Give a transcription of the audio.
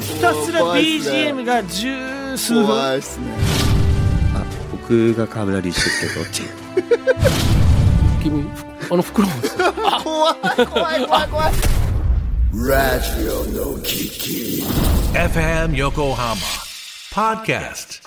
ひたすら怖いっすね BGM が十数分怖いっすねあ僕がカメラリーしてるけど君あの袋もです怖い怖い怖い怖いラジオの FM Yokohama Podcast.